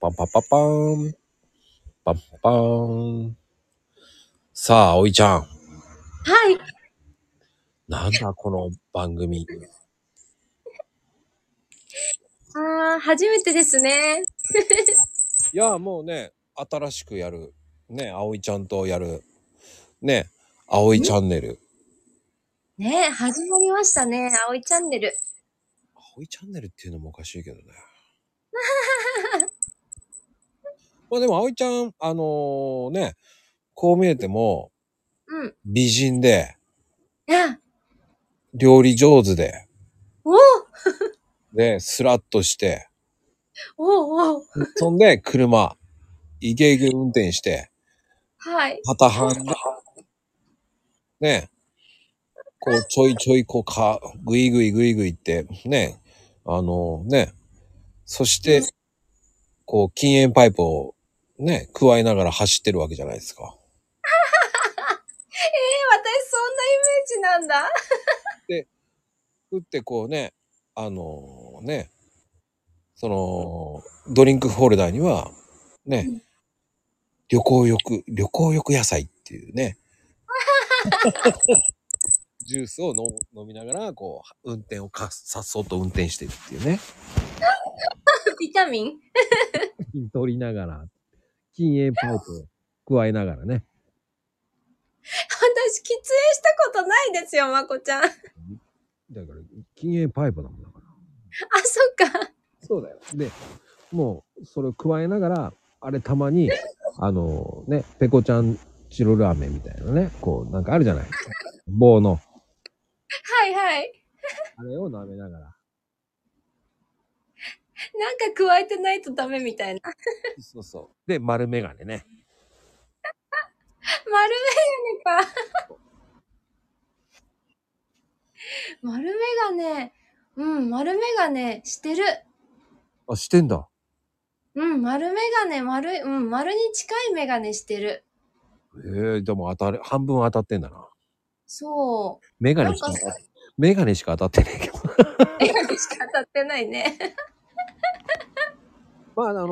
パンパンパンパーン。パンパーン。さあ、葵ちゃん。はい。なんだこの番組。ああ、初めてですね。いや、もうね、新しくやる。ね、葵ちゃんとやる。ね、葵チャンネル。ねえ始まりましたね。葵チャンネル。葵チャンネルっていうのもおかしいけ どね。まあでも葵ちゃん、あのーね、こう見えてもうん。美人で、いや、料理上手で、おおで、スラッとして、おおそんで車、イゲイゲ運転して、はい。旗半が、ね、こうちょいちょいこうか、ぐいぐいぐいぐいって、ね、あのね、そして、こう禁煙パイプをね、加えながら走ってるわけじゃないですか。ええ私そんなイメージなんだ。打ってこうね、あのね、その、ドリンクホルダーには、ね、うん旅行浴、旅行浴野菜っていう ね、ジュースを飲飲みながら、こう、運転をかさっそうと運転してるっていうね。ビタミン。取りながら、禁煙パイプを加えながらね。私、喫煙したことないですよ、まこちゃん。あ、だから、禁煙パイプだもんだから。そっか。そうだよ。で、もう、それを加えながら、あれたまに、あのね、ペコちゃん白ラーメンみたいなね、こう、なんかあるじゃない。棒の。はいはい。あれを舐めながら。なんか加えてないとダメみたいな。そうそう。で、丸メガネね。丸メガネか。丸メガネ。うん、丸メガネしてる。あ、してんだ。うん、丸メガネ、丸い、うん、丸に近いメガネしてる。ええでも当たる、半分当たってんだな。そ メう。ガなネんしかか、当たって、メガネしか当たってないけど。メガネしか当たってないね。まあ、あの、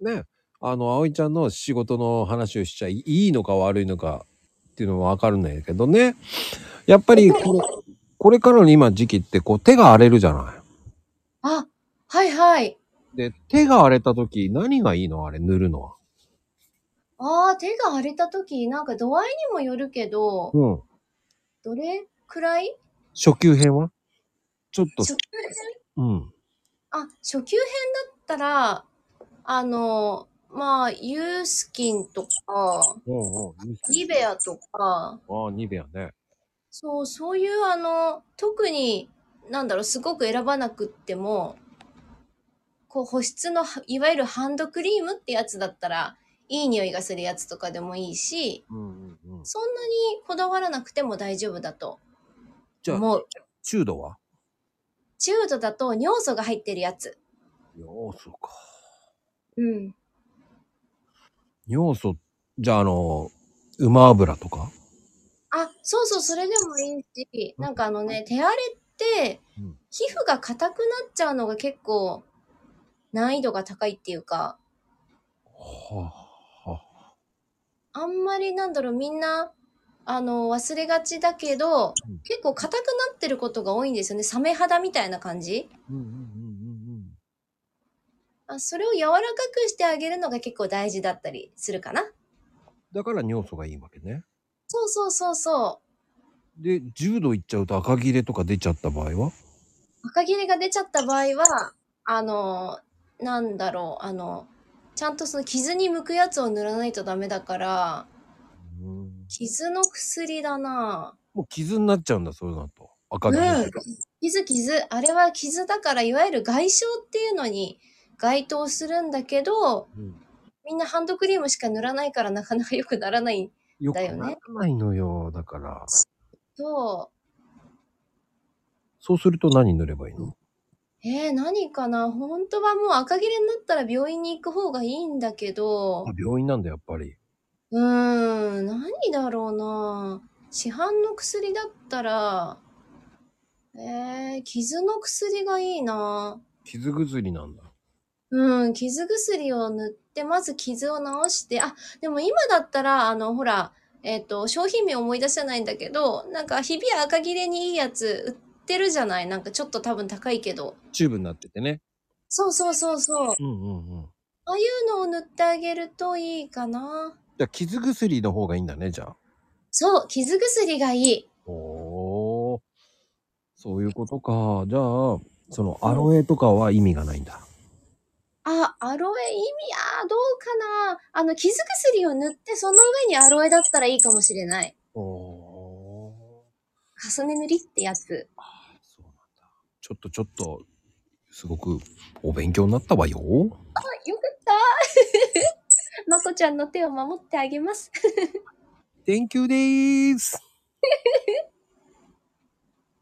ね、あの、葵ちゃんの仕事の話をしちゃいいいのか悪いのかっていうのもわかるんだけどね。やっぱり、これ、これからの今時期って、こう、手が荒れるじゃない。 あ、はいはい。で、手が荒れた時、何がいいのあれ、塗るのは。ああ、手が荒れた時、なんか度合いにもよるけど、うん。どれくらい初級編はちょっと、初級編うん。あ、初級編だったら、あの、まあ、ユースキンとか、うんうん。リベアとか、ああ、ニベアね。そう、そういうあの、特に、なんだろう、すごく選ばなくっても、こう、保湿の、いわゆるハンドクリームってやつだったら、いい匂いがするやつとかでもいいし、うんうんうん。そんなにこだわらなくても大丈夫だとじゃあ、思う。中度は中度だと尿素が入ってるやつ。尿素か。うん。尿素、じゃあ、あの、馬油とかあ、そうそう、それでもいいし、なんかあのね、手荒れってうん、皮膚が硬くなっちゃうのが結構難易度が高いっていうか、はあ、はあ。あんまりなんだろう、みんな、あの、忘れがちだけどうん、結構硬くなってることが多いんですよね。サメ肌みたいな感じ。うんうんうんあそれを柔らかくしてあげるのが結構大事だったりするかな。だから尿素がいいわけね。そうそうそうそで、重度いっちゃうと赤切れとか出ちゃった場合はう。赤切れが出ちゃった場合は、あの、なんだろう、あの、ちゃんとその傷に向くやつを塗らないとダメだから、うん。傷の薬だなもう傷になっちゃうんだ、そういうのだと。赤切れ。うん。傷傷。あれは傷だから、いわゆる外傷っていうのに該当するんだけど、うんみんなハンドクリームしか塗らないからなかなか良くならないよくだよねならないのよ、だから。と、そうすると何塗ればいいのえー、何かな本当はもう赤切れになったら病院に行く方がいいんだけどあ、病院なんだ、やっぱり。うーん、何だろうな市販の薬だったら、えー、傷の薬がいいな傷薬なんだ。ううん、傷薬を塗って、まず傷を治して、あ、でも今だったら、あの、ほら、えっ、と、商品名思い出せないんだけど、なんか、日々赤切れにいいやつ売ってるじゃないなんかちょっと多分高いけど。チューブになっててね。そうそうそうそう。うんうんうん。ああいうのを塗ってあげるといいかな。じゃあ、傷薬の方がいいんだね、じゃあ。そう、傷薬がいい。おー。そういうことか。じゃあ、そのアロエとかは意味がないんだ。あ、アロエ意味、あー、どうかな。あの、傷薬を塗って、その上にアロエだったらいいかもしれない。おー。重ね塗りってやつ。そうなんだ。ちょっとちょっと、すごくお勉強になったわよ。あ、よかった。 まこちゃんの手を守ってあげます。 Thank you でーす。